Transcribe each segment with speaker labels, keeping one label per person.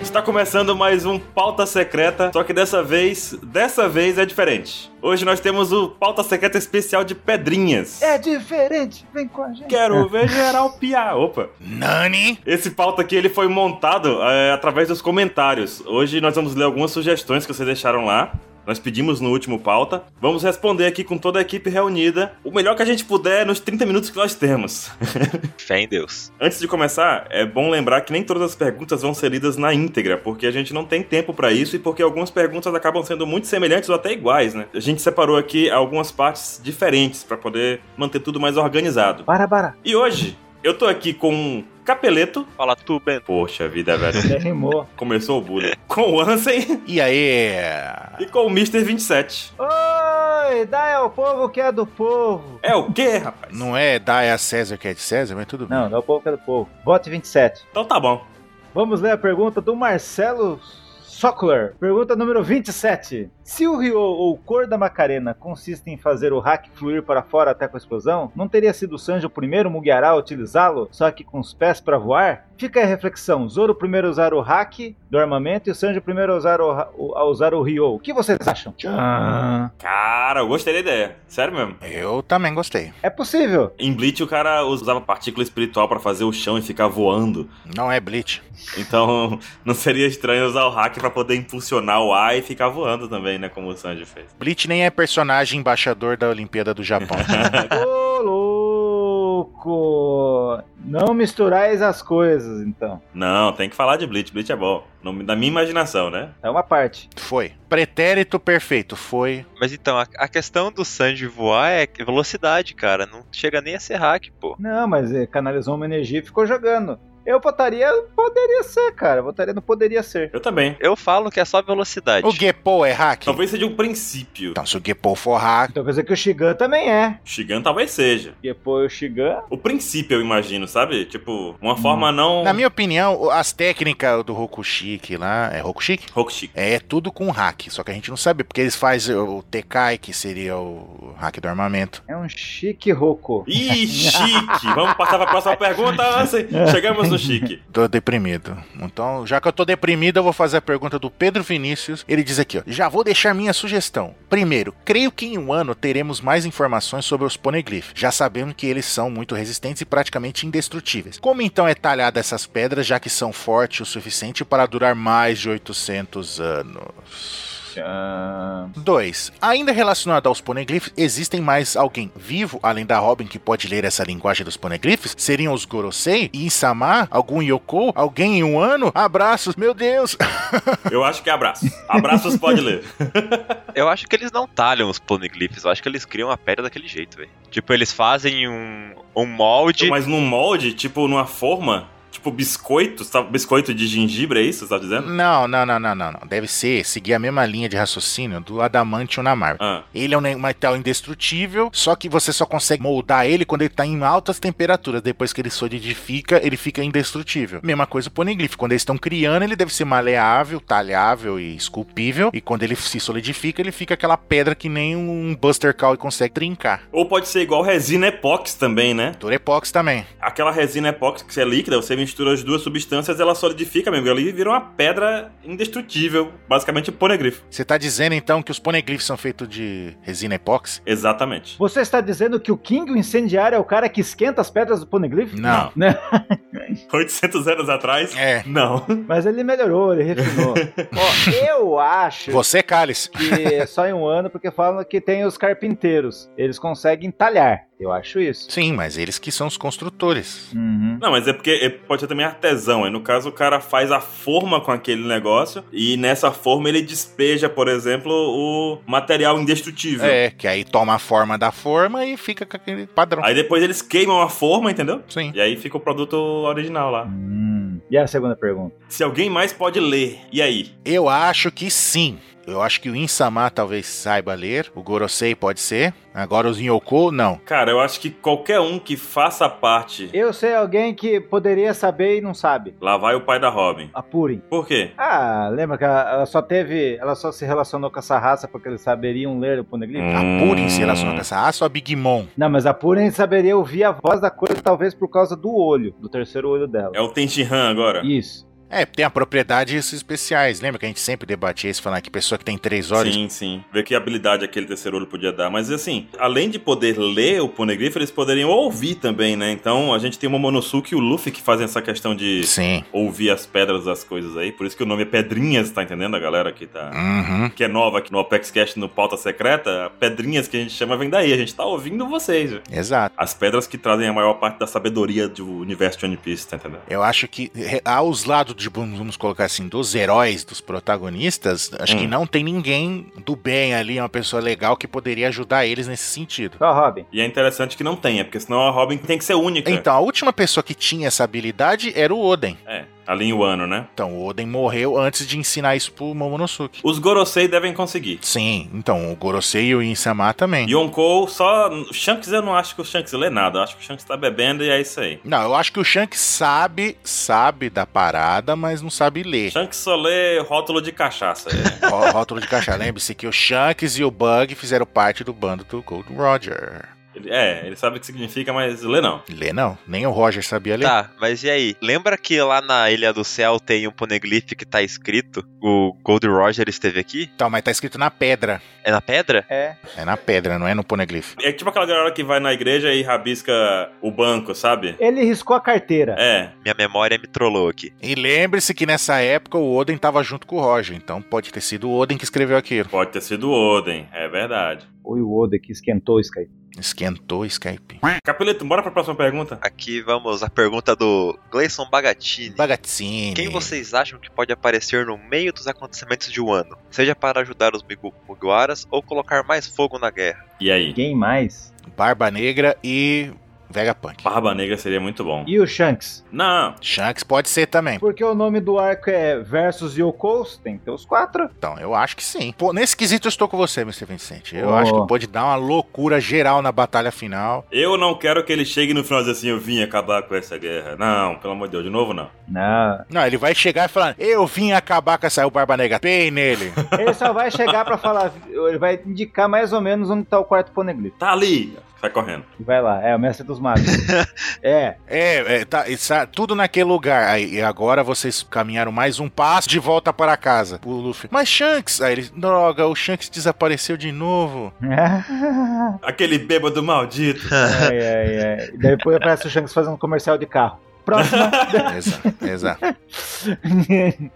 Speaker 1: Está começando mais um Pauta Secreta, só que dessa vez, dessa vez é diferente. Hohoje nós temos o Pauta Secreta Especial de Pedrinhas.
Speaker 2: É diferente, vem com a gente.
Speaker 1: Quero ver geral piar. Opa.
Speaker 3: Nani?
Speaker 1: Esse pauta aqui ele foi montado é, através dos comentários. Hoje nós vamos ler algumas sugestões que vocês deixaram lá. Nós pedimos no último pauta. Vamos responder aqui com toda a equipe reunida. O melhor que a gente puder nos 30 minutos que nós temos.
Speaker 3: Fé em Deus.
Speaker 1: Antes de começar, é bom lembrar que nem todas as perguntas vão ser lidas na íntegra, porque a gente não tem tempo pra isso e porque algumas perguntas acabam sendo muito semelhantes ou até iguais, né? A gente separou aqui algumas partes diferentes pra poder manter tudo mais organizado.
Speaker 2: Para, para.
Speaker 1: E hoje eu tô aqui com um Capeleto.
Speaker 3: Fala tu, Ben.
Speaker 1: Poxa vida, velho.
Speaker 2: Até rimou.
Speaker 1: Começou o bullying. Com o Ansem
Speaker 3: E aí?
Speaker 1: e com o Mr. 27.
Speaker 2: Oi, dá é o povo que é do povo.
Speaker 1: É o quê, rapaz?
Speaker 3: Não é dar a César que é de César, mas tudo bem.
Speaker 2: Não, dá o povo que é do povo. Vote 27.
Speaker 1: Então tá bom.
Speaker 2: Vamos ler a pergunta do Marcelo Sokler. Pergunta número 27. Se o Rio ou cor da Macarena consiste em fazer o hack fluir para fora até com a explosão, não teria sido o Sanji o primeiro Mugiará a utilizá-lo, só que com os pés para voar? Fica aí a reflexão. Zoro primeiro a usar o hack do armamento e o Sanji o primeiro a usar o, ra- o- a usar o Ryo. O que vocês acham?
Speaker 1: Cara, eu gostei da ideia. Sério mesmo.
Speaker 3: Eu também gostei.
Speaker 2: É possível.
Speaker 1: Em Bleach o cara usava partícula espiritual pra fazer o chão e ficar voando.
Speaker 3: Não é Bleach.
Speaker 1: Então não seria estranho usar o hack pra poder impulsionar o ar e ficar voando também, né? Como o Sanji fez.
Speaker 3: Bleach nem é personagem embaixador da Olimpíada do Japão.
Speaker 2: Ô, louco! Não misturais as coisas, então.
Speaker 1: Não, tem que falar de Bleach. Bleach é bom. No- na minha imaginação, né?
Speaker 2: É uma parte.
Speaker 3: foi. Pretérito perfeito. Foi.
Speaker 4: Mas então, a, a questão do Sanji voar é velocidade, cara. Não chega nem a ser hack, pô.
Speaker 2: Não, mas é, canalizou uma energia e ficou jogando. Eu votaria, poderia ser, cara. Votaria, não poderia ser.
Speaker 1: Eu também.
Speaker 4: Eu falo que é só velocidade.
Speaker 3: O Geppo é hack?
Speaker 1: Talvez seja um princípio.
Speaker 3: Então, se o Geppo for hack.
Speaker 2: Então quer dizer que o Shigan também é.
Speaker 1: Shigan talvez seja.
Speaker 2: Depois o Shigan.
Speaker 1: O princípio, eu imagino, sabe? Tipo, uma forma não.
Speaker 3: Hum. Na minha opinião, as técnicas do Rokushiki lá. É Rokushiki?
Speaker 1: Hokushi.
Speaker 3: É tudo com hack, só que a gente não sabe, porque eles fazem o Tekai, que seria o hack do armamento.
Speaker 2: É um chique roco.
Speaker 1: Ih, chique! Vamos passar pra próxima pergunta, Ansem. Chegamos no chique.
Speaker 3: Tô deprimido. Então, já que eu tô deprimido, eu vou fazer a pergunta do Pedro Vinícius. Ele diz aqui, ó. Já vou deixar minha sugestão. Primeiro, creio que em um ano teremos mais informações sobre os poneglyphs. Já sabemos que eles são muito resistentes e praticamente indestrutíveis. Como então é talhada essas pedras, já que são fortes o suficiente para durar mais de 800 anos? 2. Ainda relacionado aos poneglyphs, existem mais alguém vivo, além da Robin, que pode ler essa linguagem dos poneglyphs? Seriam os Gorosei? Insama? Algum Yoko? Alguém em um ano? Abraços, meu Deus!
Speaker 1: Eu acho que é abraço. Abraços pode ler.
Speaker 4: Eu acho que eles não talham os poneglyphs. Eu acho que eles criam a pedra daquele jeito, velho. Tipo, eles fazem um, um molde.
Speaker 1: Mas num molde, tipo, numa forma, tipo biscoito, sabe? biscoito de gengibre, é isso que você tá dizendo?
Speaker 3: Não, não, não, não, não, não. Deve ser seguir a mesma linha de raciocínio do Adamantium na Marvel.
Speaker 1: Ah,
Speaker 3: Ele é um ne- metal indestrutível, só que você só consegue moldar ele quando ele tá em altas temperaturas. Depois que ele solidifica, ele fica indestrutível. Mesma coisa o poneglyph. Quando eles estão criando, ele deve ser maleável, talhável e esculpível. E quando ele se solidifica, ele fica aquela pedra que nem um Buster Call consegue trincar.
Speaker 1: Ou pode ser igual resina epox também, né?
Speaker 3: Durepox também.
Speaker 1: Aquela resina epox que é líquida, você mistura as duas substâncias, ela solidifica mesmo ali e vira uma pedra indestrutível, basicamente ponegrifo.
Speaker 3: Você tá dizendo então que os poneglyphs são feitos de resina epóxi?
Speaker 1: Exatamente.
Speaker 2: Você está dizendo que o King, o incendiário, é o cara que esquenta as pedras do Poneglyph?
Speaker 3: Não.
Speaker 2: Né?
Speaker 1: 800 anos atrás?
Speaker 3: É.
Speaker 1: Não.
Speaker 2: Mas ele melhorou, ele refinou. Ó, eu acho
Speaker 3: Você, Cálice.
Speaker 2: que é só em um ano, porque falam que tem os carpinteiros. Eles conseguem talhar. Eu acho isso.
Speaker 3: Sim, mas eles que são os construtores.
Speaker 2: Uhum.
Speaker 1: Não, mas é porque é- pode ser também artesão. Aí, no caso, o cara faz a forma com aquele negócio e nessa forma ele despeja, por exemplo, o material indestrutível.
Speaker 3: É, que aí toma a forma da forma e fica com aquele padrão.
Speaker 1: Aí depois eles queimam a forma, entendeu?
Speaker 3: Sim.
Speaker 1: E aí fica o produto original lá.
Speaker 2: Hum. E a segunda pergunta?
Speaker 1: Se alguém mais pode ler, e aí?
Speaker 3: Eu acho que sim. Eu acho que o Insama talvez saiba ler. O Gorosei pode ser. Agora os Yoko, não.
Speaker 1: Cara, eu acho que qualquer um que faça parte.
Speaker 2: Eu sei alguém que poderia saber e não sabe.
Speaker 1: Lá vai o pai da Robin.
Speaker 2: Apurem.
Speaker 1: Por quê?
Speaker 2: Ah, lembra que ela ela só teve. Ela só se relacionou com essa raça porque eles saberiam ler o Poneglyph?
Speaker 3: A
Speaker 1: Hum.
Speaker 3: Purin tá se relaciona com essa raça ou a Big Mom?
Speaker 2: Não, mas a Purim saberia ouvir a voz da coisa, talvez por causa do olho, do terceiro olho dela.
Speaker 1: É o Tenshinhan agora.
Speaker 2: Isso.
Speaker 3: É, tem a propriedades especiais. Lembra que a gente sempre debatia isso, falando que pessoa que tem três olhos.
Speaker 1: Sim, sim. Ver que habilidade aquele terceiro olho podia dar. Mas assim, além de poder ler o Poneglyph, eles poderiam ouvir também, né? Então a gente tem o Momonosuke e o Luffy que fazem essa questão de
Speaker 3: Sim.
Speaker 1: ouvir as pedras das coisas aí. Por isso que o nome é Pedrinhas, tá entendendo? A galera que tá.
Speaker 3: Uhum.
Speaker 1: Que é nova aqui no Apex Cast, no Pauta Secreta, pedrinhas que a gente chama vem daí, a gente tá ouvindo vocês. velho.
Speaker 3: Exato.
Speaker 1: As pedras que trazem a maior parte da sabedoria do universo de One Piece, tá entendendo?
Speaker 3: Eu acho que re- aos lados de, vamos colocar assim, dos heróis, dos protagonistas, acho
Speaker 1: Hum.
Speaker 3: que não tem ninguém do bem ali, uma pessoa legal que poderia ajudar eles nesse sentido.
Speaker 2: Só Robin.
Speaker 1: E é interessante que não tenha, porque senão a Robin tem que ser única.
Speaker 3: Então, a última pessoa que tinha essa habilidade era o Oden.
Speaker 1: É, ali em Wano, né?
Speaker 3: Então, o Oden morreu antes de ensinar isso pro Momonosuke.
Speaker 1: Os Gorosei devem conseguir.
Speaker 3: Sim, então, o Gorosei e o Insama também.
Speaker 1: Yonkou, só. Shanks, eu não acho que o Shanks lê nada. Eu acho que o Shanks tá bebendo e é isso aí.
Speaker 3: Não, eu acho que o Shanks sabe, sabe da parada, mas não sabe ler.
Speaker 1: Shanks só lê rótulo de cachaça. é.
Speaker 3: Ó, Rótulo de caixa, lembre-se que o Shanks e o Bug fizeram parte do bando do Gold Roger.
Speaker 1: Ele- é, ele sabe o que significa, mas lê não.
Speaker 3: Lê não, nem o Roger sabia ler.
Speaker 4: Tá, mas e aí? Lembra que lá na Ilha do Céu tem um poneglyph que tá escrito? O Gold Roger esteve aqui?
Speaker 3: Então, mas tá escrito na pedra.
Speaker 4: É na pedra?
Speaker 2: É.
Speaker 3: É na pedra, não é no poneglyph.
Speaker 1: É tipo aquela galera que vai na igreja e rabisca o banco, sabe?
Speaker 2: Ele riscou a carteira.
Speaker 1: É.
Speaker 4: Minha memória me trollou aqui.
Speaker 3: E lembre-se que nessa época o Oden tava junto com o Roger, então pode ter sido o Oden que escreveu aquilo.
Speaker 1: Pode ter sido o Oden, é verdade.
Speaker 2: Oi, o Oda que esquentou o Skype.
Speaker 3: Esquentou Skype.
Speaker 1: Capeleto, bora pra próxima pergunta?
Speaker 4: Aqui vamos à pergunta do Gleison Bagatini.
Speaker 3: Bagazzini.
Speaker 4: Quem vocês acham que pode aparecer no meio dos acontecimentos de um ano? Seja para ajudar os Migu- Mugiwaras ou colocar mais fogo na guerra?
Speaker 1: E aí?
Speaker 2: Quem mais?
Speaker 3: Barba Negra e Vegapunk.
Speaker 1: Barba Negra seria muito bom.
Speaker 2: E o Shanks?
Speaker 1: Não,
Speaker 3: Shanks pode ser também.
Speaker 2: Porque o nome do arco é Versus Yokos, tem que ter os quatro.
Speaker 3: Então, eu acho que sim. Pô, nesse quesito eu estou com você, Mr. Vincent. Eu
Speaker 2: Oh.
Speaker 3: acho que pode dar uma loucura geral na batalha final.
Speaker 1: eu não quero que ele chegue no final e diz assim: eu vim acabar com essa guerra. Não, pelo amor de Deus, de novo não.
Speaker 2: Não.
Speaker 3: Não, ele vai chegar e falar: Eu vim acabar com essa o Barba Negra. Pei nele.
Speaker 2: Ele só vai chegar pra falar, ele vai indicar mais ou menos onde tá o quarto poneglyph.
Speaker 1: Tá ali! Sai correndo.
Speaker 2: Vai lá, é o mestre dos magos. é,
Speaker 3: é, é, tá, isso, tá tudo naquele lugar. Aí, e agora vocês caminharam mais um passo de volta para casa. O Luffy. Mas Shanks. Aí ele: Droga, o Shanks desapareceu de novo.
Speaker 2: ai,
Speaker 1: Aquele bêbado maldito.
Speaker 2: ai, ai. E Daí depois aparece o Shanks fazendo um comercial de carro. Próxima.
Speaker 3: exato, exato.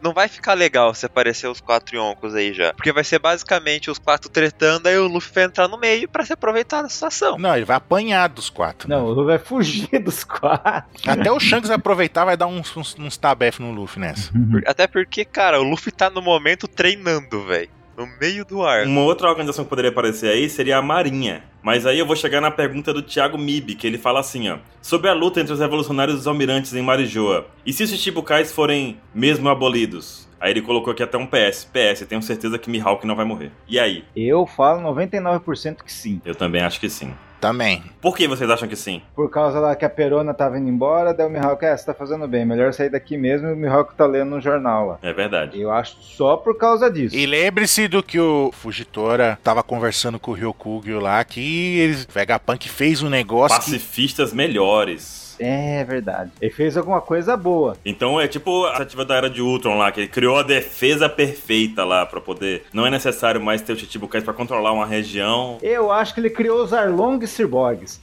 Speaker 4: Não vai ficar legal se aparecer os quatro Yonkos aí já. Porque vai ser basicamente os quatro tretando, aí o Luffy vai entrar no meio pra se aproveitar da situação.
Speaker 3: Não, ele vai apanhar dos quatro.
Speaker 2: Não, o Luffy vai fugir dos quatro.
Speaker 3: Até o Shanks vai aproveitar vai dar uns, uns, uns tabef no Luffy nessa.
Speaker 4: Por- Até porque, cara, o Luffy tá no momento treinando, velho. No meio do ar.
Speaker 1: Uma outra organização que poderia aparecer aí seria a Marinha. Mas aí eu vou chegar na pergunta do Thiago Mib, que ele fala assim, ó. Sobre a luta entre os revolucionários e os almirantes em Marijoa. E se os Chichibukais forem mesmo abolidos? Aí ele colocou aqui até um PS. PS, tenho certeza que Mihawk não vai morrer. E aí?
Speaker 2: Eu falo 99% que sim.
Speaker 1: Eu também acho que sim.
Speaker 3: Também.
Speaker 1: Por que vocês acham que sim?
Speaker 2: Por causa lá que a Perona tava indo embora, daí o Mihawk, é, você tá fazendo bem, melhor sair daqui mesmo e o Mihawk tá lendo um jornal lá.
Speaker 1: É verdade.
Speaker 2: Eu acho só por causa disso.
Speaker 3: E lembre-se do que o Fugitora tava conversando com o Ryokugyo lá, que eles, o Vegapunk fez um negócio que-
Speaker 1: Pacifistas melhores.
Speaker 2: É verdade. Ele fez alguma coisa boa.
Speaker 1: Então é tipo a ativa da era de Ultron lá, que ele criou a defesa perfeita lá pra poder. Não é necessário mais ter os Chichibukais pra controlar uma região.
Speaker 2: Eu acho que ele criou os Arlong e Sirborgs.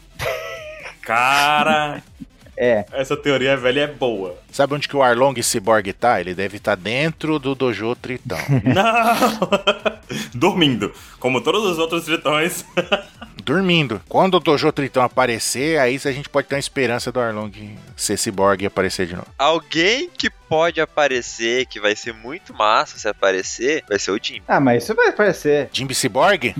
Speaker 1: Cara.
Speaker 2: É.
Speaker 1: Essa teoria velha é boa.
Speaker 3: Sabe onde que o Arlong Cyborg tá? Ele deve estar dentro do Dojo Tritão.
Speaker 1: Não! Dormindo. Como todos os outros tritões.
Speaker 3: dormindo. Quando o Dojo Tritão aparecer, aí a gente pode ter uma esperança do Arlong ser Cyborg e aparecer de novo.
Speaker 4: Alguém que pode aparecer, que vai ser muito massa se aparecer, vai ser o Jim.
Speaker 2: Ah, mas isso vai aparecer.
Speaker 3: Jimby Cyborg?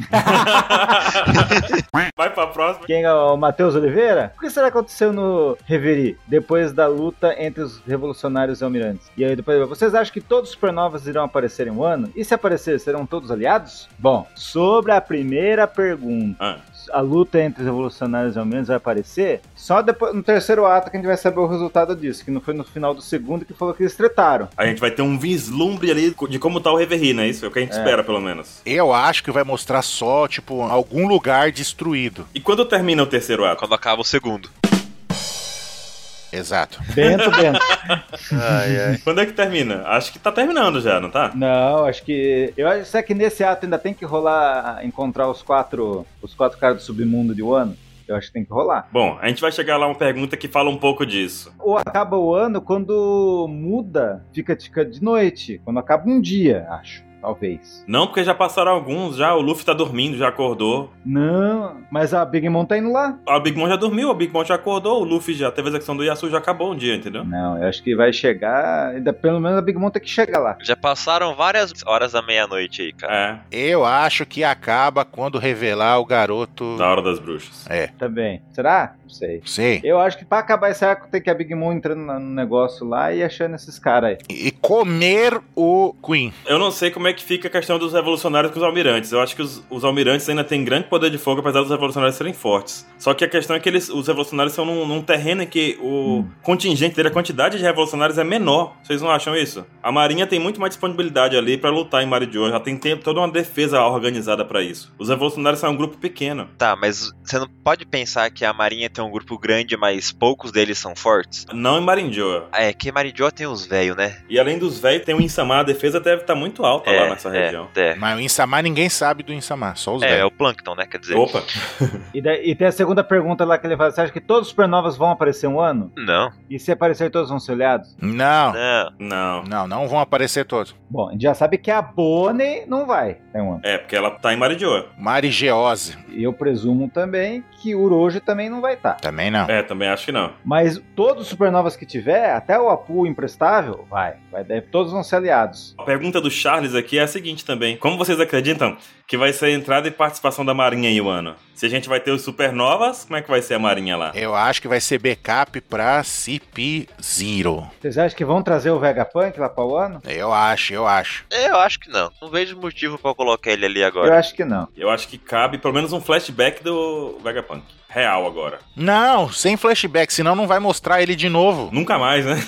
Speaker 1: Vai pra próxima.
Speaker 2: Quem é o Matheus Oliveira? O que será que aconteceu no Reverie depois da luta entre os revolucionários e almirantes? E aí depois, vocês acham que todos os supernovas irão aparecer em um ano? E se aparecer, serão todos aliados? Bom, sobre a primeira pergunta,
Speaker 1: Ah,
Speaker 2: a luta entre os revolucionários e almirantes vai aparecer? Só depois no terceiro ato que a gente vai saber o resultado disso, que não foi no final do segundo que falou que eles tretaram.
Speaker 1: a gente vai ter um vislumbre ali de como tá o Reverie, né? Isso é o que a gente espera, pelo menos.
Speaker 3: Eu acho que vai mostrar só, tipo, algum lugar destruído.
Speaker 1: E quando termina o terceiro ato?
Speaker 4: Quando acaba o segundo.
Speaker 3: Exato.
Speaker 2: Bento, Bento.
Speaker 4: Ai, ai.
Speaker 1: Quando é que termina? Acho que tá terminando já, não tá?
Speaker 2: Não, acho que. Eu acho será que nesse ato ainda tem que rolar encontrar os quatro. Os quatro caras do submundo de Wano. Eu acho que tem que rolar.
Speaker 1: Bom, a gente vai chegar lá uma pergunta que fala um pouco disso.
Speaker 2: Ou acaba o ano quando muda, fica, fica de noite. Quando acaba um dia, acho. Talvez.
Speaker 1: Não, porque já passaram alguns, já o Luffy tá dormindo, já acordou.
Speaker 2: Não, mas a Big Mom tá indo lá.
Speaker 1: A Big Mom já dormiu, a Big Mom já acordou, o Luffy já teve a execução do Yasu, já acabou um dia, entendeu?
Speaker 2: Não, eu acho que vai chegar. Ainda, pelo menos a Big Mom tem que chegar lá.
Speaker 4: Já passaram várias horas da meia-noite aí, cara.
Speaker 1: É,
Speaker 3: Eu acho que acaba quando revelar o garoto.
Speaker 1: da Hora das Bruxas.
Speaker 3: É,
Speaker 2: Também. Será? Não sei.
Speaker 3: sei.
Speaker 2: Eu acho que pra acabar esse arco tem que a Big Mom entrando na- no negócio lá e achando esses caras aí.
Speaker 3: E e comer o Queen.
Speaker 1: Eu não sei como é que fica a questão dos revolucionários com os almirantes. Eu acho que os, os almirantes ainda têm grande poder de fogo, apesar dos revolucionários serem fortes. Só que a questão é que eles, os revolucionários são num, num terreno em que o contingente dele, a quantidade de revolucionários é menor. Vocês não acham isso? A marinha tem muito mais disponibilidade ali pra lutar em Marijor. Já tem tempo, toda uma defesa organizada pra isso. Os revolucionários são um grupo pequeno.
Speaker 4: Tá, mas você não pode pensar que a Marinha tem um grupo grande, mas poucos deles são fortes?
Speaker 1: Não em Marinjoa.
Speaker 4: Ah, É, que Marijó tem os velhos, né?
Speaker 1: E além dos velhos, tem o Insamar, a defesa deve estar muito alta
Speaker 4: é,
Speaker 1: lá nessa
Speaker 4: é,
Speaker 1: região.
Speaker 4: É,
Speaker 3: Mas o Insamar ninguém sabe do Insamar, só os
Speaker 4: é, é
Speaker 3: velhos.
Speaker 4: o Plankton, né? Quer dizer.
Speaker 1: Opa,
Speaker 2: E, daí- e tem a segunda pergunta lá que ele fala: você acha que todos os supernovas vão aparecer um ano?
Speaker 4: Não,
Speaker 2: E se aparecer todos vão ser olhados?
Speaker 3: Não,
Speaker 1: não.
Speaker 4: não.
Speaker 3: não, não vão aparecer todos.
Speaker 2: Bom, a gente já sabe que a Bonnie não vai ter um ano.
Speaker 1: É, porque ela tá em Marijor.
Speaker 3: Marigeose,
Speaker 2: E eu presumo também que o Uroji também não vai estar.
Speaker 3: também não.
Speaker 1: É, também acho que não.
Speaker 2: Mas todos os supernovas que tiver, até o Apu emprestável, vai. vai deve- todos vão ser aliados.
Speaker 1: A pergunta do Charles aqui é a seguinte também. Como vocês acreditam que vai ser a entrada e participação da Marinha em Wano? Se a gente vai ter os supernovas, como é que vai ser a Marinha lá?
Speaker 3: Eu acho que vai ser backup pra CP0.
Speaker 2: Vocês acham que vão trazer o Vegapunk lá para o ano?
Speaker 3: Eu acho, eu acho.
Speaker 4: É, Eu acho que não. Não vejo motivo pra eu colocar ele ali
Speaker 2: Eu
Speaker 4: agora.
Speaker 2: acho que não.
Speaker 1: Eu acho que cabe pelo menos um flashback do Vegapunk. Real agora.
Speaker 3: Não, sem flashback, senão não vai mostrar ele de novo,
Speaker 1: Nunca mais, né?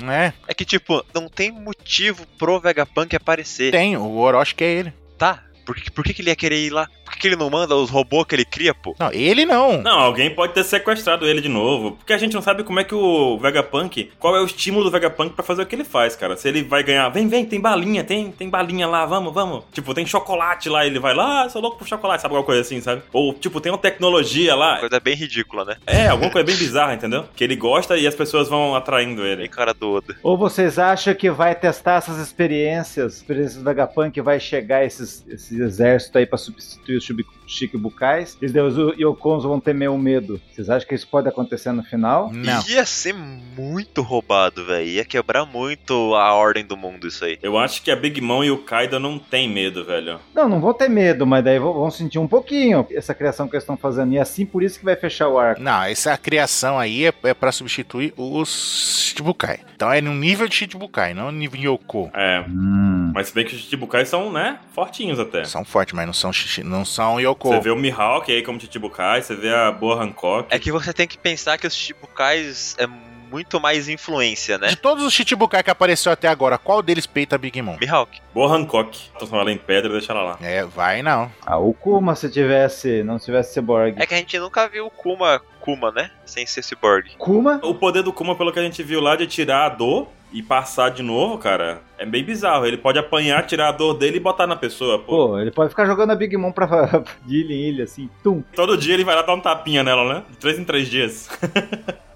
Speaker 3: né?
Speaker 4: É que, tipo, não tem motivo pro Vegapunk aparecer.
Speaker 3: Tem, o Orochi que é ele.
Speaker 4: Tá? Por que, por que, que ele ia querer ir lá? Por que, que ele não manda os robôs que ele cria, pô?
Speaker 3: Não, ele não.
Speaker 1: Não, alguém pode ter sequestrado ele de novo. Porque a gente não sabe como é que o Vegapunk. Qual é o estímulo do Vegapunk pra fazer o que ele faz, cara. Se ele vai ganhar. Vem, vem, tem balinha, tem, tem balinha lá, vamos, vamos. Tipo, tem chocolate lá, ele vai lá, ah, sou louco por chocolate, sabe alguma coisa assim, sabe? Ou, tipo, tem uma tecnologia lá.
Speaker 4: Coisa bem ridícula, né?
Speaker 1: É, alguma coisa bem bizarra, entendeu? Que ele gosta e as pessoas vão atraindo
Speaker 4: Bem
Speaker 1: ele.
Speaker 4: cara do Oda.
Speaker 2: Ou vocês acham que vai testar essas experiências, experiências do Vegapunk, vai chegar esses, esses exércitos aí para substituir os Chibi- Chiquibukais? E os Yokons vão ter meio medo. Vocês acham que isso pode acontecer no final?
Speaker 3: Não.
Speaker 4: Ia ser muito roubado, velho. Ia quebrar muito a ordem do mundo isso aí.
Speaker 1: Eu acho que a Big Mom e o Kaido não tem medo, velho.
Speaker 2: Não, não vão ter medo, mas daí vão vão sentir um pouquinho essa criação que eles estão fazendo. E assim por isso que vai fechar o arco.
Speaker 3: Não, essa criação aí é, é para substituir os Shichibukai. Então é no nível de Shichibukai, não no nível Yoko.
Speaker 1: É.
Speaker 2: Hum.
Speaker 1: Mas se bem que os Chichibukais são, né, fortinhos até.
Speaker 3: São fortes, mas não são, Shichi- não são Yoko.
Speaker 1: Você vê o Mihawk aí como Chichibukai, você vê a boa Hancock.
Speaker 4: É que você tem que pensar que os Chibukais é muito mais influência, né?
Speaker 3: De todos os Shichibukai que apareceu até agora, qual deles peita a Big Mom?
Speaker 4: Mihawk.
Speaker 1: Boa Hancock. Transforma ela em pedra e deixa ela lá.
Speaker 3: É, vai não.
Speaker 2: Ah, o Kuma se tivesse, não tivesse Cyborg.
Speaker 4: É que a gente nunca viu o Kuma, Kuma, né? Sem ser cyborg.
Speaker 2: Kuma?
Speaker 1: O poder do Kuma, pelo que a gente viu lá, de tirar a dor e passar de novo, cara, é bem bizarro. Ele pode apanhar, tirar a dor dele e botar na pessoa, pô.
Speaker 2: Pô, ele pode ficar jogando a Big Mom pra de ilha em ilha, assim, tum,
Speaker 1: Todo dia ele vai lá dar um tapinha nela, né? De três em três dias.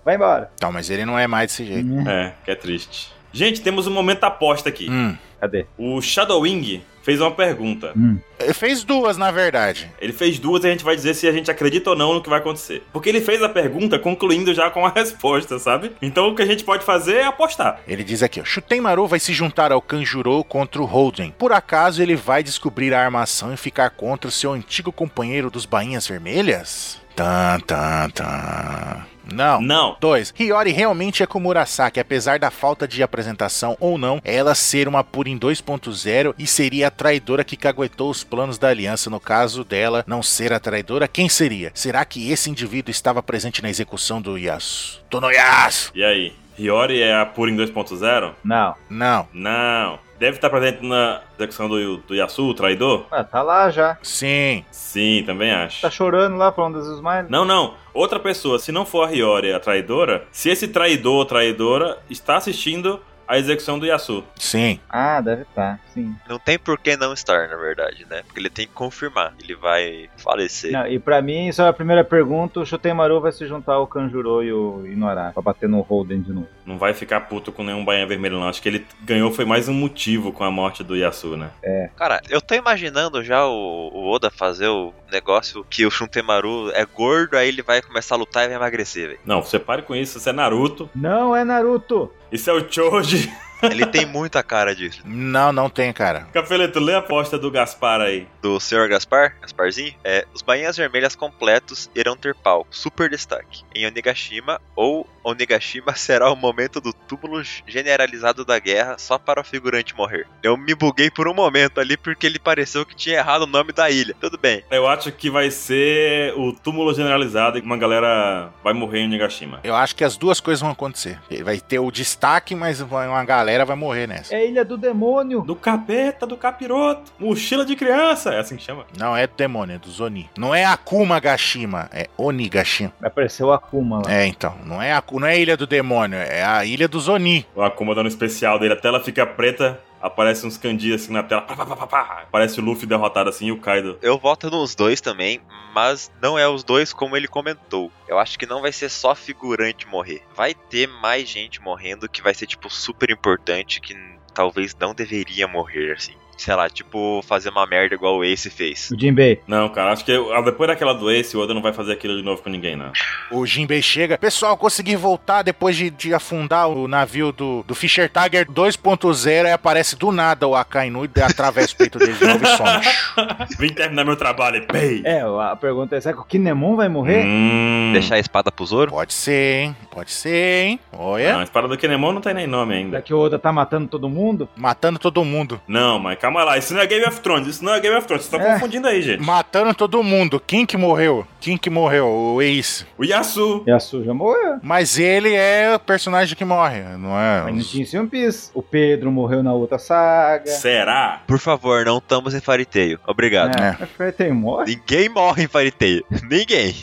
Speaker 2: vai embora. Hum.
Speaker 3: Então, mas ele não é mais desse jeito.
Speaker 1: é, que é triste. Gente, temos um momento aposta aqui.
Speaker 3: Hum.
Speaker 2: Cadê?
Speaker 1: O Shadowwing fez uma pergunta.
Speaker 3: Ele Fez duas, na verdade.
Speaker 1: Ele fez duas e a gente vai dizer se a gente acredita ou não no que vai acontecer. Porque ele fez a pergunta concluindo já com a resposta, sabe? Então o que a gente pode fazer é apostar.
Speaker 3: Ele diz aqui, ó, Shutenmaru vai se juntar ao Kanjuro contra o Holden. Por acaso ele vai descobrir a armação e ficar contra o seu antigo companheiro dos Bainhas Vermelhas? Tan, tan, tan. Não.
Speaker 1: Não.
Speaker 3: 2. Hiyori realmente é como Murasaki, apesar da falta de apresentação ou não, ela ser uma Purim 2.0 e seria a traidora que caguetou os planos da aliança. No caso dela não ser a traidora, quem seria? Será que esse indivíduo estava presente na execução do Yasu? Tô no Yasu!
Speaker 1: E aí? Hiyori é a Purim 2.0?
Speaker 2: Não.
Speaker 3: Não.
Speaker 1: Não. Deve estar presente na secção do, do Yasu, o traidor?
Speaker 2: Ah, tá lá já.
Speaker 3: Sim.
Speaker 1: Sim, também acho.
Speaker 2: Tá chorando lá falando dos Smiles.
Speaker 1: Não, não. Outra pessoa, se não for a Hiyori, a traidora, se esse traidor ou traidora está assistindo a execução do Yasu.
Speaker 3: Sim.
Speaker 2: Ah, deve estar, sim.
Speaker 4: Não tem por que não estar, na verdade, né? Porque ele tem que confirmar. Ele vai falecer.
Speaker 2: Não, e pra mim, só a primeira pergunta, o Shotemaru vai se juntar ao Kanjuro e o Inuara pra bater no Holden de novo.
Speaker 1: Não vai ficar puto com nenhum bainha vermelho, não. Acho que ele ganhou foi mais um motivo com a morte do Yasu, né?
Speaker 4: Cara, eu tô imaginando já o, o Oda fazer o negócio que o Shuntemaru é gordo, aí ele vai começar a lutar e vai emagrecer, velho.
Speaker 1: Não, você pare com isso. Isso é Naruto.
Speaker 2: Não é Naruto!
Speaker 1: Isso é o Choji.
Speaker 4: Ele tem muita cara disso.
Speaker 3: Não, não tem, cara.
Speaker 1: Capeleto, lê a aposta do Gaspar aí.
Speaker 4: Do Sr. Gaspar, Gasparzinho, é: os bainhas vermelhas completos irão ter palco, super destaque, em Onigashima ou Onigashima será o momento do túmulo generalizado da guerra só para o figurante morrer. Eu me buguei por um momento ali porque ele pareceu que tinha errado o nome da ilha. Tudo bem.
Speaker 1: Eu acho que vai ser o túmulo generalizado e uma galera vai morrer em Nigashima.
Speaker 3: Eu acho que as duas coisas vão acontecer. Vai ter o destaque, mas vai- uma galera vai morrer nessa.
Speaker 2: É Ilha do Demônio!
Speaker 1: Do capeta, do capiroto, mochila de criança. É assim que chama?
Speaker 3: Não é do demônio, é do Zoni. Não é Akuma Gashima, é Onigashima.
Speaker 2: Apareceu o Akuma lá.
Speaker 3: É, então. Não é, Aku- não é a ilha do demônio, é a ilha do Zoni.
Speaker 1: O Akuma dando um especial dele, a tela fica preta, aparece uns kanji assim na tela, pá, pá, pá, pá, pá. Aparece o Luffy derrotado assim e o Kaido.
Speaker 4: Eu voto nos dois também, mas não é os dois como ele comentou. Eu acho que não vai ser só figurante morrer. Vai ter mais gente morrendo que vai ser, tipo, super importante, que n- talvez não deveria morrer, assim. Sei lá, tipo, fazer uma merda igual o Ace fez.
Speaker 2: O Jinbei.
Speaker 1: Não, cara, acho que ah, depois daquela doença, o Oda não vai fazer aquilo de novo com ninguém, não.
Speaker 3: O Jinbei chega. Pessoal, consegui voltar depois de, de afundar o navio do, do Fischer Tiger 2.0 e aparece do nada o Akainu e atravessa o peito dele de novo e some.
Speaker 1: Vim terminar meu trabalho, e pei!
Speaker 2: É, a pergunta é: será que o Kinemon vai morrer?
Speaker 1: Hum.
Speaker 4: Deixar a espada pro Zoro?
Speaker 3: Pode ser, hein? Pode ser, hein? Olha.
Speaker 2: é?
Speaker 1: Não, a espada do Kinemon não tem nem nome
Speaker 2: Será
Speaker 1: ainda.
Speaker 2: que o Oda tá matando todo mundo?
Speaker 3: Matando todo mundo.
Speaker 1: Não, mas calma lá, isso não é Game of Thrones, isso não é Game of Thrones, vocês estão
Speaker 2: É.
Speaker 1: confundindo aí, gente.
Speaker 3: Matando todo mundo. Quem que morreu? Quem que morreu? O Ace.
Speaker 1: O Yasu,
Speaker 2: Yasu já morreu.
Speaker 3: Mas ele é o personagem que morre, não é?
Speaker 2: Mas não tinha esse One Piece. O Pedro morreu na outra saga.
Speaker 1: será?
Speaker 4: Por favor, não estamos em fariteio. Obrigado.
Speaker 2: É, mas foi tem morte.
Speaker 4: Ninguém morre em fariteio. Ninguém.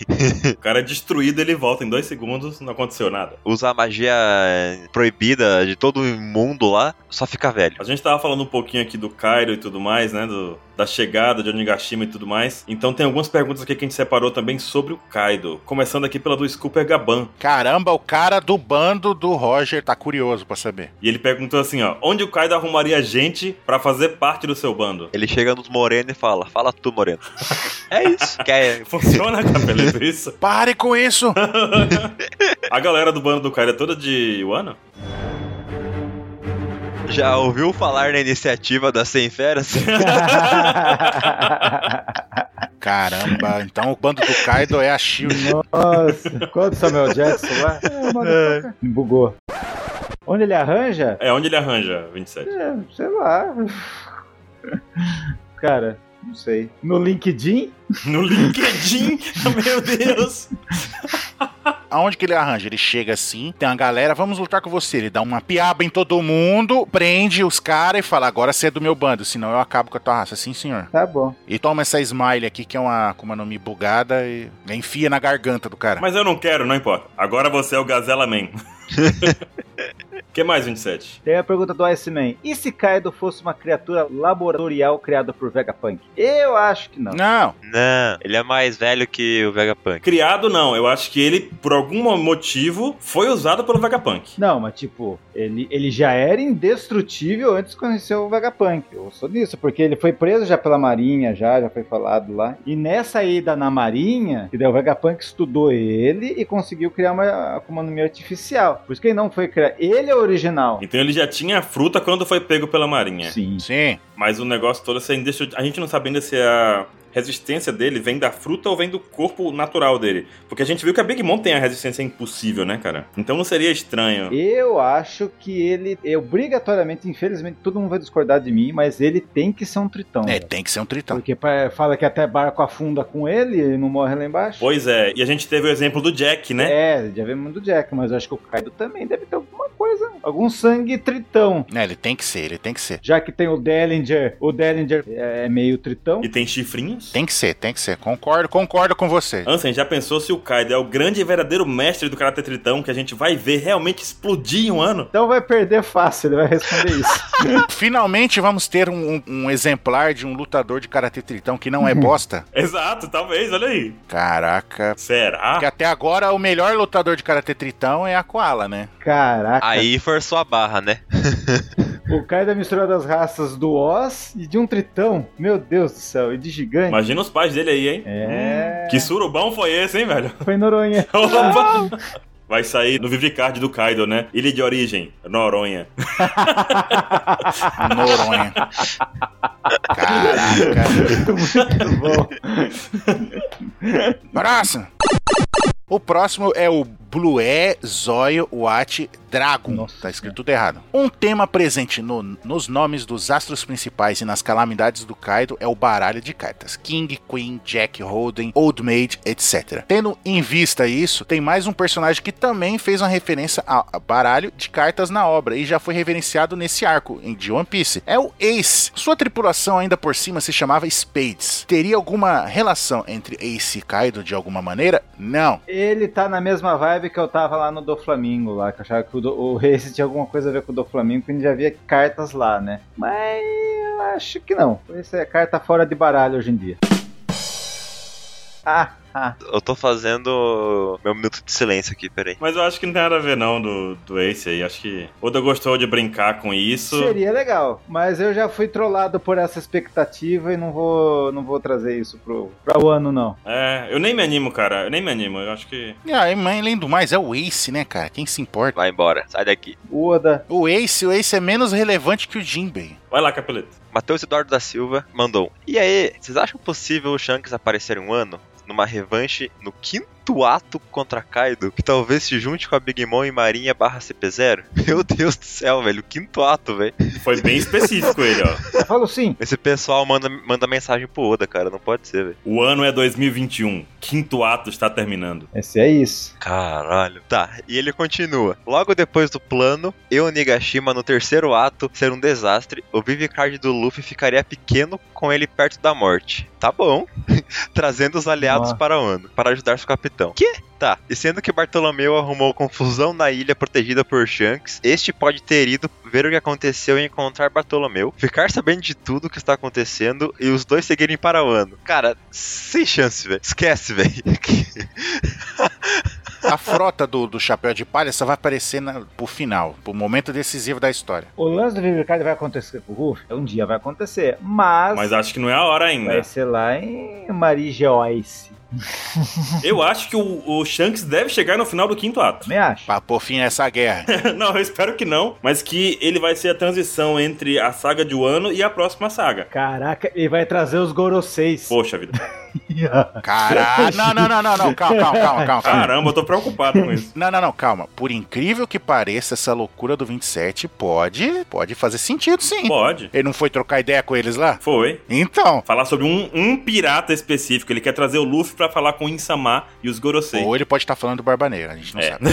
Speaker 1: O cara é destruído, ele volta em dois segundos, não aconteceu nada.
Speaker 4: Usar a magia proibida de todo mundo lá, só fica velho.
Speaker 1: A gente tava falando um pouquinho aqui do Cairo e tudo mais, né? do- da chegada de Onigashima e tudo mais. Então tem algumas perguntas aqui que a gente separou também sobre o Kaido. Começando aqui pela do Scooper Gaban.
Speaker 3: Caramba, o cara do bando do Roger tá curioso pra saber.
Speaker 1: E ele perguntou assim, ó. Onde o Kaido arrumaria gente pra fazer parte do seu bando?
Speaker 4: Ele chega nos morenos e fala: Fala tu, moreno. é isso. Quer,
Speaker 1: Funciona, cabeleto, isso?
Speaker 3: Pare com isso!
Speaker 1: A galera do bando do Kaido é toda de Wano?
Speaker 4: já ouviu falar na iniciativa das 100 feras?
Speaker 3: Caramba, então o bando do Kaido é a Shield.
Speaker 2: Nossa, qual do Samuel Jackson lá? É, motherfucker. Me bugou. Onde ele arranja?
Speaker 1: É onde ele arranja, 27.
Speaker 2: É, sei lá. Cara, não sei. No LinkedIn?
Speaker 1: No LinkedIn? Meu Deus!
Speaker 3: Aonde que ele arranja? Ele chega assim, tem uma galera, vamos lutar com você. Ele dá uma piaba em todo mundo, prende os caras e fala: agora você é do meu bando, senão eu acabo com a tua raça. Sim, senhor.
Speaker 2: Tá bom.
Speaker 3: E toma essa smile aqui, que é uma Kuma no Mi bugada, e enfia na garganta do cara.
Speaker 1: Mas eu não quero, não importa. Agora você é o Gazela Man. que mais, 27?
Speaker 2: Tem a pergunta do Iceman. E se Kaido fosse uma criatura laboratorial criada por Vegapunk? Eu acho que não.
Speaker 3: Não,
Speaker 4: Não, ele é mais velho que o Vegapunk.
Speaker 1: Criado, não. Eu acho que ele, por algum motivo, foi usado pelo Vegapunk.
Speaker 2: Não, mas tipo, ele, ele já era indestrutível antes de conhecer o Vegapunk. Eu sou disso, porque ele foi preso já pela Marinha, já, já foi falado lá. E nessa ida na Marinha, que daí o Vegapunk estudou ele e conseguiu criar uma Akuma no Mi artificial. Por isso que ele não foi criar. Ele é o original.
Speaker 1: Então ele já tinha a fruta quando foi pego pela marinha.
Speaker 2: Sim.
Speaker 3: sim.
Speaker 1: Mas o negócio todo é ser indestrutível. A gente não sabe ainda se a resistência dele vem da fruta ou vem do corpo natural dele. Porque a gente viu que a Big Mom tem a resistência impossível, né, cara? Então não seria estranho.
Speaker 2: Eu acho que ele, é obrigatoriamente, infelizmente, todo mundo vai discordar de mim, mas ele tem que ser um tritão.
Speaker 3: É,
Speaker 2: velho.
Speaker 3: tem que ser um
Speaker 1: Tá.
Speaker 3: tritão.
Speaker 2: Porque pra- fala que até barco afunda com ele, ele não morre lá embaixo.
Speaker 1: Pois é, e a gente teve o exemplo do Jack, né?
Speaker 2: É, já vemos do Jack, mas eu acho que o Kaido também deve ter alguma coisa. Algum sangue tritão.
Speaker 3: É, ele tem que ser, ele tem que ser.
Speaker 2: Já que tem o Dellinger, o Dellinger é meio tritão.
Speaker 1: E tem chifrinhos?
Speaker 3: Tem que ser, tem que ser. Concordo, concordo com você.
Speaker 1: Ansem, já pensou se o Kaido é o grande e verdadeiro mestre do Karate Tritão que a gente vai ver realmente explodir em um ano?
Speaker 2: Então vai perder fácil, ele vai responder isso.
Speaker 3: Finalmente vamos ter um, um- um exemplar de um lutador de Karate Tritão que não é bosta.
Speaker 1: Exato, talvez, olha aí.
Speaker 3: Caraca.
Speaker 1: Será?
Speaker 3: Porque até agora o melhor lutador de Karate Tritão é a Koala, né?
Speaker 2: Caraca.
Speaker 4: Aí forçou a barra, né?
Speaker 2: O Kai da mistura das raças do Oz e de um tritão. Meu Deus do céu, e de gigante.
Speaker 1: Imagina os pais dele aí, hein?
Speaker 2: É.
Speaker 1: Que surubão foi esse, hein, velho?
Speaker 2: Foi em Noronha.
Speaker 1: Opa! Vai sair no Vivicard do Kaido, né? Ilha de origem, Noronha.
Speaker 3: Noronha. Caraca.
Speaker 2: Muito bom.
Speaker 3: Próximo. O próximo é o Blué Zóio Watch Dragon.
Speaker 2: Nossa,
Speaker 3: tá escrito tudo errado. Um tema presente no- nos nomes dos astros principais e nas calamidades do Kaido é o baralho de cartas. King, Queen, Jack, Holden, Old Maid, etc. Tendo em vista isso, tem mais um personagem que também fez uma referência a a baralho de cartas na obra e já foi reverenciado nesse arco em de One Piece. É o Ace. Sua tripulação ainda por cima se chamava Spades. Teria alguma relação entre Ace e Kaido de alguma maneira? Não.
Speaker 2: Ele tá na mesma vibe que eu tava lá no Do Flamengo lá, que eu achava que o, do, o Ace tinha alguma coisa a ver com o Do Flamengo, que a gente já via cartas lá, né? Mas eu acho que não. Esse é carta fora de baralho hoje em dia. Ah, ah.
Speaker 4: Eu tô fazendo meu minuto de silêncio aqui, peraí.
Speaker 1: Mas eu acho que não tem nada a ver, não, do, do Ace aí. Acho que Oda gostou de brincar com isso.
Speaker 2: Seria legal, mas eu já fui trollado por essa expectativa e não vou, não vou trazer isso pro, pra o ano, não.
Speaker 1: É, eu nem me animo, cara. Eu nem me animo. Eu acho que.
Speaker 3: E aí, mas além do mais, é o Ace, né, cara? Quem se importa?
Speaker 4: Vai embora, sai daqui.
Speaker 2: O Oda.
Speaker 3: O Ace, o Ace é menos relevante que o Jinbei.
Speaker 1: Vai lá, Capeleto.
Speaker 4: Matheus Eduardo da Silva mandou. um. E aí, vocês acham possível o Shanks aparecer um ano numa revanche no quinto ato contra Kaido, que talvez se junte com a Big Mom e Marinha barra CP0? Meu Deus do céu, velho, quinto ato, velho.
Speaker 1: Foi bem específico ele, ó.
Speaker 2: Eu falo sim.
Speaker 4: Esse pessoal manda, manda mensagem pro Oda, cara, não pode ser, velho.
Speaker 1: O ano é 2021. Quinto ato está terminando.
Speaker 2: Esse é isso.
Speaker 4: Caralho. Tá, e ele continua. Logo depois do plano, eu Nigashima no terceiro ato ser um desastre, o Vivicard do Luffy ficaria pequeno com ele perto da morte. Tá bom. Trazendo os aliados
Speaker 2: Ah.
Speaker 4: para o ano, para ajudar seu capitão. Que? Tá, e sendo que Bartolomeu arrumou confusão na ilha protegida por Shanks, este pode ter ido ver o que aconteceu e encontrar Bartolomeu, ficar sabendo de tudo o que está acontecendo e os dois seguirem para o ano. Cara, sem chance, velho. Esquece, velho.
Speaker 3: A frota do, do Chapéu de Palha só vai aparecer na, pro final, pro momento decisivo da história.
Speaker 2: O lance do Vivicard vai acontecer com o Ruff? Um dia vai acontecer, mas...
Speaker 1: Mas acho que não é a hora
Speaker 2: Vai
Speaker 1: ainda.
Speaker 2: ser lá em Marigeoice.
Speaker 1: Eu acho que o, o Shanks deve chegar no final do quinto ato.
Speaker 2: Me acho.
Speaker 3: Pra pôr fim a essa guerra.
Speaker 1: Não, eu espero que não. Mas que ele vai ser a transição entre a saga de Wano e a próxima saga.
Speaker 2: Caraca, ele vai trazer os Goroseis.
Speaker 1: Poxa vida.
Speaker 3: Caralho. Não, não, não, não, não. Calma, calma, calma, calma. calma.
Speaker 1: Caramba, eu tô preocupado com isso.
Speaker 3: Não, não, não, calma. Por incrível que pareça, essa loucura do 27 pode, pode fazer sentido, sim.
Speaker 1: Pode.
Speaker 3: Ele não foi trocar ideia com eles lá?
Speaker 1: Foi.
Speaker 3: Então.
Speaker 1: Falar sobre um, um pirata específico. Ele quer trazer o Luffy pra falar com o Insama e os Gorosei.
Speaker 3: Ou ele pode estar falando do Barbaneiro, a gente não
Speaker 1: É.
Speaker 3: sabe.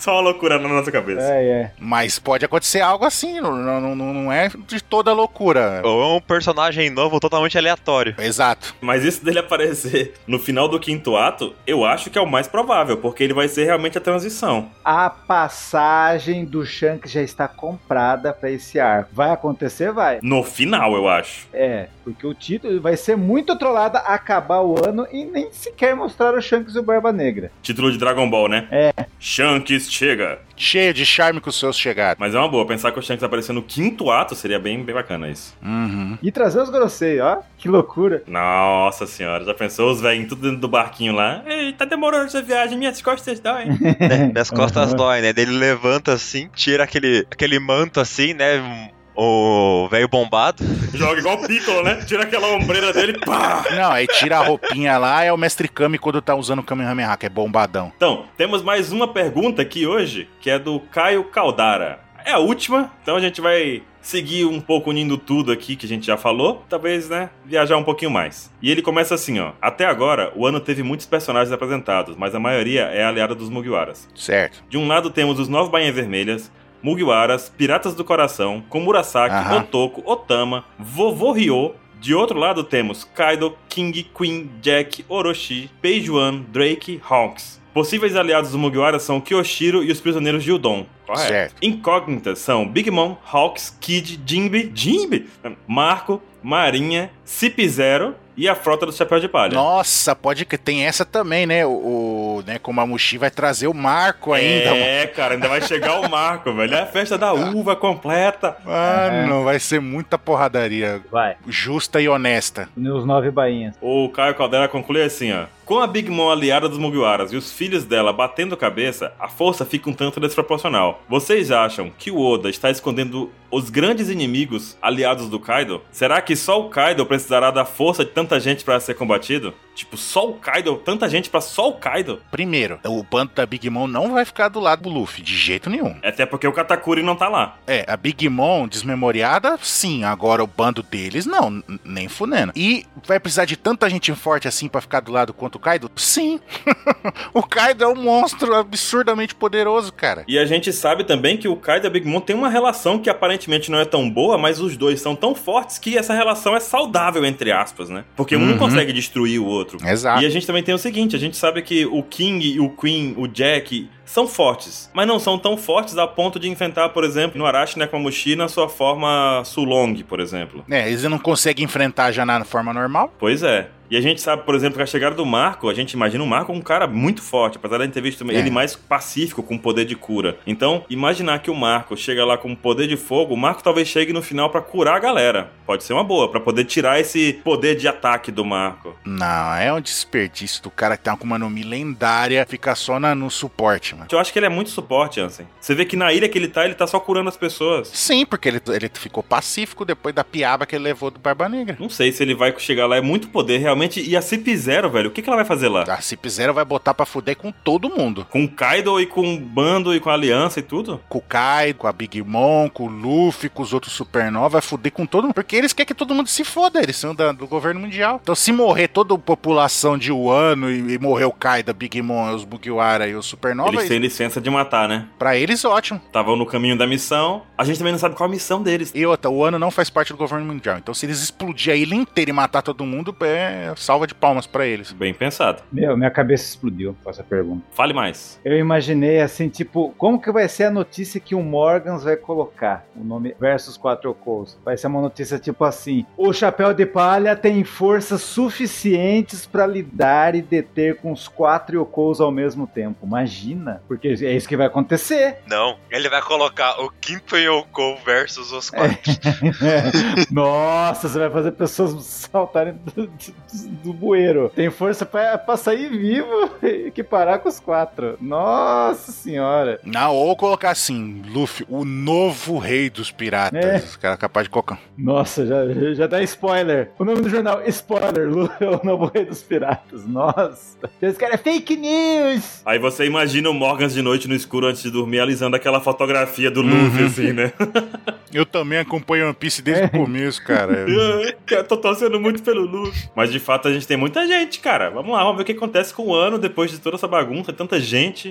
Speaker 1: Só uma loucura na nossa cabeça.
Speaker 2: É, é.
Speaker 3: Mas pode acontecer algo assim, não, não, não- não é de toda loucura.
Speaker 4: Ou é um personagem novo totalmente aleatório.
Speaker 3: Exato.
Speaker 1: Mas isso dele aparecer no final do quinto ato, eu acho que é o mais provável, porque ele vai ser realmente a transição.
Speaker 2: A passagem do Shanks já está comprada pra esse arco. Vai acontecer? Vai.
Speaker 1: No final, eu acho.
Speaker 2: É, porque o título vai ser muito trollada acabar o ano e nem sequer mostrar o Shanks e o Barba Negra.
Speaker 1: Título de Dragon Ball, né? É. Shanks chega.
Speaker 3: Cheio de charme com os seus chegados.
Speaker 1: Mas é uma boa, pensar que o Shanks aparecer no quinto ato seria bem, bem bacana isso.
Speaker 3: Uhum.
Speaker 2: E trazer os Goroseis, ó. Que loucura.
Speaker 1: Nossa senhora, já pensou os velhinhos tudo dentro do barquinho lá? Ei, tá demorando essa viagem, minhas costas doem.
Speaker 4: né? Minhas costas
Speaker 2: Aham.
Speaker 4: dói, né? Daí Ele levanta assim, tira aquele, aquele manto assim, né? Um- O velho bombado.
Speaker 1: Joga igual o Piccolo, né? Tira aquela ombreira dele, pá!
Speaker 3: Não, aí tira a roupinha lá, é o mestre Kami quando tá usando o Kamehameha, que é bombadão.
Speaker 1: Então, temos mais uma pergunta aqui hoje, que é do Caio Caldara. É a última, então a gente vai seguir um pouco unindo tudo aqui que a gente já falou, talvez, né, viajar um pouquinho mais. E ele começa assim, ó. Até agora, o ano teve muitos personagens apresentados, mas a maioria é aliada dos Mugiwaras.
Speaker 3: Certo.
Speaker 1: De um lado temos os Nove Bainhas Vermelhas, Mugiwaras, Piratas do Coração, Komurasaki,
Speaker 3: Aham.
Speaker 1: Otoko, Otama, Vovô Ryo. De outro lado temos Kaido, King, Queen, Jack, Orochi, Peijuan, Drake, Hawks. Possíveis aliados dos Mugiwaras são Kyoshiro e os prisioneiros de Udon. Correto.
Speaker 3: Certo.
Speaker 1: Incógnitas são Big Mom, Hawks, Kid, Jimbe, Jimbe, Marco, Marinha, Cip Zero e a Frota do Chapéu de Palha.
Speaker 3: Nossa, pode que tem essa também, né? O, o- né, como a Mushi vai trazer o Marco ainda. Tá. mano.
Speaker 1: É, cara, ainda vai chegar o Marco, velho. É a festa da uva completa.
Speaker 3: Mano, vai ser muita porradaria
Speaker 2: Vai.
Speaker 3: justa e honesta.
Speaker 2: Unir os nove bainhas.
Speaker 1: O Caio Caldera conclui assim, ó. Com a Big Mom aliada dos Mugiwaras e os filhos dela batendo cabeça, a força fica um tanto desproporcional. Vocês acham que o Oda está escondendo os grandes inimigos aliados do Kaido? Será que só o Kaido precisará da força de tanta gente para ser combatido? Tipo, só o Kaido? Tanta gente para só o Kaido?
Speaker 3: Primeiro, o bando da Big Mom não vai ficar do lado do Luffy, de jeito nenhum.
Speaker 1: É Até porque o Katakuri não tá lá.
Speaker 3: É, a Big Mom desmemoriada, sim. Agora o bando deles, não, n- nem funendo. E vai precisar de tanta gente forte assim pra ficar do lado quanto o Kaido? Sim. o Kaido é um monstro absurdamente poderoso, cara.
Speaker 1: E a gente sabe também que o Kaido e a Big Mom têm uma relação que aparentemente não é tão boa, mas os dois são tão fortes que essa relação é saudável, entre aspas, né? Porque um
Speaker 3: Uhum.
Speaker 1: não consegue destruir o outro.
Speaker 3: Exato.
Speaker 1: E a gente também tem o seguinte: a gente sabe que o King, e o Queen, o Jack são fortes, mas não são tão fortes a ponto de enfrentar, por exemplo, no Arashi né, Nakamushi na sua forma Sulong, por exemplo.
Speaker 3: É, eles não conseguem enfrentar já na forma normal.
Speaker 1: Pois é. E a gente sabe, por exemplo, que a chegada do Marco, a gente imagina o Marco um cara muito forte, apesar da gente ter visto
Speaker 3: É.
Speaker 1: ele mais pacífico, com poder de cura. Então, imaginar que o Marco chega lá com poder de fogo, o Marco talvez chegue no final pra curar a galera. Pode ser uma boa, pra poder tirar esse poder de ataque do Marco.
Speaker 3: Não, é um desperdício do cara que tá com uma nome lendária ficar só na- no suporte, mano.
Speaker 1: Eu acho que ele é muito suporte, Ansem. Você vê que na ilha que ele tá, ele tá só curando as pessoas.
Speaker 3: Sim, porque ele, ele ficou pacífico depois da piaba que ele levou do Barba Negra.
Speaker 1: Não sei se ele vai chegar lá, é muito poder realmente. E a Cip Zero, velho, o que, que ela vai fazer lá?
Speaker 3: A Cip Zero Ah, vai botar pra fuder com todo mundo.
Speaker 1: Com o Kaido e com o Bando e com a Aliança e tudo?
Speaker 3: Com o Kai, com a Big Mom, com o Luffy, com os outros Supernova, vai fuder com todo mundo. Porque eles querem que todo mundo se foda, eles são da- do governo mundial. Então se morrer toda a população de Wano e, e morrer o Kai da Big Mom, os Mugiwara e os Supernova,
Speaker 1: Eles têm licença de matar, né?
Speaker 3: pra eles ótimo.
Speaker 1: Estavam no caminho da missão. A gente também não sabe qual a missão deles.
Speaker 3: E outra, o ano não faz parte do governo mundial. Então, se eles explodir a ilha inteira e matar todo mundo, é salva de palmas pra eles.
Speaker 1: Bem pensado.
Speaker 2: Meu, minha cabeça explodiu com essa pergunta.
Speaker 1: Fale mais.
Speaker 2: Eu imaginei assim, tipo, como que vai ser a notícia que o Morgans vai colocar? O nome versus quatro Ocos. Vai ser uma notícia tipo assim: o Chapéu de Palha tem forças suficientes pra lidar e deter com os quatro Ocos ao mesmo tempo. Imagina, porque é isso que vai acontecer.
Speaker 4: Não, ele vai colocar o quinto Yoko versus os quatro.
Speaker 2: Nossa, você vai fazer pessoas saltarem do, do- do bueiro. Tem força pra, pra sair vivo e que parar com os quatro. Nossa senhora.
Speaker 3: Não, ou colocar assim, Luffy, o novo rei dos piratas.
Speaker 2: É.
Speaker 3: Os caras capazes de colocar.
Speaker 2: Nossa, já, já dá spoiler. O nome do jornal, spoiler, Lula é o novo rei dos piratas. Nossa. Esse cara é fake news.
Speaker 1: Aí você imagina o Morgans de noite no escuro antes de dormir, alisando aquela fotografia do Luffy, assim, né?
Speaker 3: Eu também acompanho One Piece
Speaker 1: É.
Speaker 3: desde o começo, cara.
Speaker 1: Eu tô torcendo muito pelo Luffy. Mas de fato a gente tem muita gente, cara. Vamos lá, vamos ver o que acontece com o ano depois de toda essa bagunça, é tanta gente.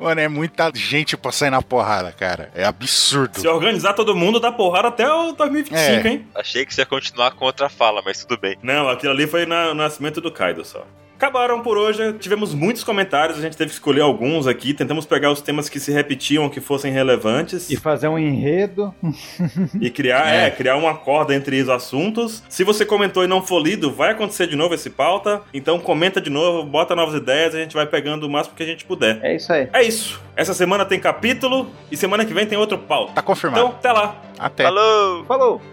Speaker 3: Mano, é muita gente pra sair na porrada, cara. É
Speaker 1: Se
Speaker 3: absurdo.
Speaker 1: organizar todo mundo, dá porrada até o 2025,
Speaker 3: É.
Speaker 1: hein?
Speaker 4: Achei que você ia continuar com outra fala, mas tudo bem.
Speaker 1: Não, aquilo ali foi na- no nascimento do Kaido só. Acabaram por hoje, tivemos muitos comentários, a gente teve que escolher alguns aqui, tentamos pegar os temas que se repetiam, que fossem relevantes.
Speaker 2: E fazer um enredo.
Speaker 1: E criar, é.
Speaker 3: É.
Speaker 1: criar uma corda entre os assuntos. Se você comentou e não for lido, vai acontecer de novo esse pauta. Então comenta de novo, bota novas ideias, a gente vai pegando o máximo que a gente puder.
Speaker 2: É isso aí.
Speaker 1: É isso. Essa semana tem capítulo e semana que vem tem outro pauta.
Speaker 3: Tá confirmado.
Speaker 1: Então, até lá.
Speaker 3: Até.
Speaker 4: Falou!
Speaker 2: Falou.